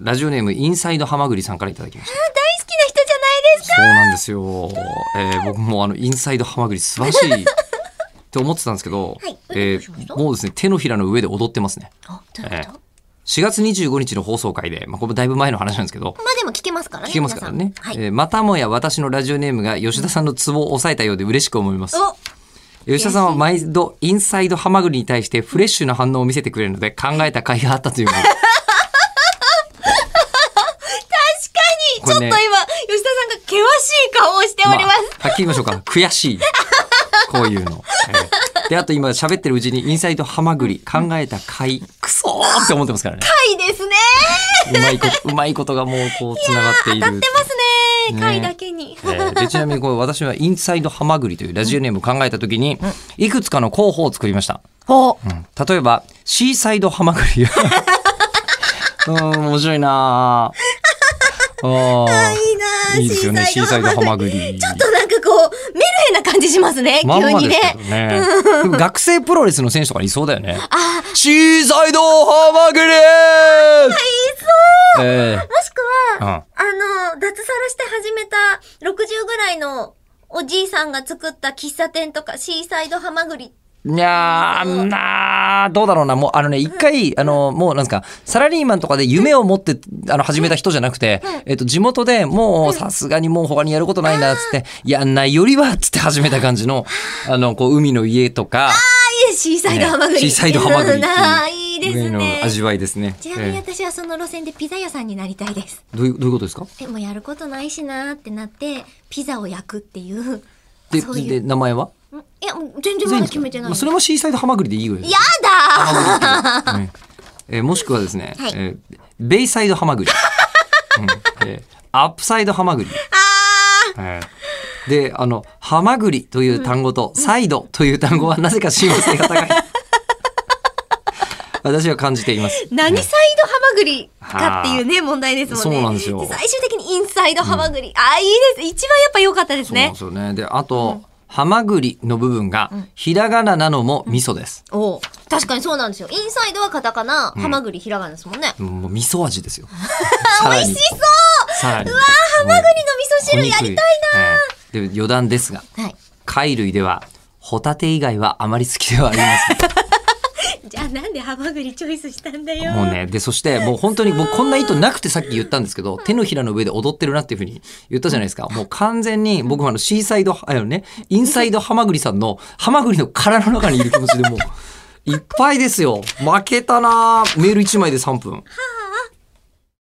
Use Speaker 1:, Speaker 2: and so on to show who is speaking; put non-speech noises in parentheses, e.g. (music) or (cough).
Speaker 1: ラジオネームインサイドハマグリさんからいただきました
Speaker 2: 大好きな人じゃないですか
Speaker 1: そうなんですよ、 (laughs) えー僕もあのインサイドハマグリ素晴ら
Speaker 2: (laughs)
Speaker 1: しいって思ってたんですけど、
Speaker 2: はい
Speaker 1: え
Speaker 2: どうしました
Speaker 1: ーもうですね手のひらの上で踊ってますね
Speaker 2: あどういうこと、
Speaker 1: え4月25日の放送回で、まあ、これだいぶ前の話なんですけど
Speaker 2: まあでも聞けますからね
Speaker 1: 聞けますからね
Speaker 2: 皆、さんはい、
Speaker 1: えーまたもや私のラジオネームが吉田さんのツボを抑えたようで嬉しく思います
Speaker 2: お
Speaker 1: 吉田さんは毎度インサイドハマグリに対してフレッシュな反応を見せてくれるので考えた甲斐があったということで
Speaker 2: 確かにちょっと
Speaker 1: これね
Speaker 2: 今、吉田さんが険しい顔をしております、
Speaker 1: あ、はっきり言いましょうか悔しいこういうの、えーであと今喋ってるうちにインサイドハマグリ考えた甲斐クソーって思ってますからね
Speaker 2: 貝ですね
Speaker 1: うまいことうまいことがもうこうつながってい
Speaker 2: 当たって
Speaker 1: る
Speaker 2: ますね
Speaker 1: ね
Speaker 2: 貝だけに、
Speaker 1: え
Speaker 2: (laughs)
Speaker 1: ーでちなみにこれ私はインサイドハマグリというラジオネームを考えた時にいくつかの候補を作りました
Speaker 2: お
Speaker 1: 例えば、シーサイドハマグリ。う (laughs) ーん、面白いなああ
Speaker 2: いいなあ
Speaker 1: ーいいですよね、シーサイドハマグリ。
Speaker 2: (laughs) ちょっとなんかこうメルヘンな感じしますね急
Speaker 1: まんまで
Speaker 2: にね
Speaker 1: すけどね。でも学生プロレスの選手とかいそうだよね。
Speaker 2: あ
Speaker 1: シーサイドハマグリーいそうえ
Speaker 2: もしく
Speaker 1: えう
Speaker 2: は、
Speaker 1: ん
Speaker 2: あの脱サラして始めた60ぐらいのおじいさんが作った喫茶店とかシーサイドハマグリ
Speaker 1: いやー、なあどうだろうな。もう、あのね、一回、あの、もう、なんですか、サラリーマンとかで夢を持って、あの、始めた人じゃなくて、えっと、地元でもう、さすがにもう他にやることないな、つって、やんないよりは、つって始めた感じの、あの、こう、海の家とか、
Speaker 2: いいシーサイドハマグリ、
Speaker 1: ねシーサイドハマグリ
Speaker 2: うんあーいいで
Speaker 1: ぐら
Speaker 2: す
Speaker 1: いの
Speaker 2: ね
Speaker 1: 味わいですね。
Speaker 2: ちなみに
Speaker 1: え
Speaker 2: 私はその路線でピザ屋さんになりたいです
Speaker 1: えどういう、どういうことですか
Speaker 2: でもやることないしなーってなってピザを焼くっていう
Speaker 1: で、
Speaker 2: そういう
Speaker 1: で、名前は
Speaker 2: んいやもう全然まだ決めてない
Speaker 1: まあそれもシーサイドハマグリでいいぐらいです
Speaker 2: やだー
Speaker 1: うんえーもしくはですね、
Speaker 2: はい
Speaker 1: えーベイサイドハマグ
Speaker 2: (laughs)
Speaker 1: リ、うんえーアップサイドハマグリ、えーであのハマグリという単語と、サイドという単語はなぜか親和性が高
Speaker 2: (laughs)
Speaker 1: い私は感じていますえ
Speaker 2: 何
Speaker 1: ー
Speaker 2: サイドハマグリかっていうね問題ですもんね
Speaker 1: そうなんですよ
Speaker 2: 最終的にインサイドハマグリ、あーいいです一番やっぱ良かったです
Speaker 1: そうなん
Speaker 2: ね
Speaker 1: ですよねであと、ハマグリの部分がひらがななのも味噌です、
Speaker 2: おう確かにそうなんですよインサイドはカタカナ、ハマグリひらがなですもんね
Speaker 1: もう味噌味 (laughs) ですよさらに美味しそうさらにうわハマグ
Speaker 2: ハマグリの味噌汁やりたい
Speaker 1: いな、えーで余談ですが
Speaker 2: はい
Speaker 1: 貝類ではホタテ以外はあまり好きではありませ
Speaker 2: じゃあなんでハマグリチョイスしたんだよ
Speaker 1: んもうねでそしてもう本当に僕こんな意図なくてさっき言ったんですけど手のひらの上で踊ってるなっていうふうに言ったじゃないですかもう完全に僕はあのシーサイド (laughs) あのねインサイドハマグリさんのハマグリの殻の中にいる気持ちでもういっぱいですよ負けたなメール1枚で3分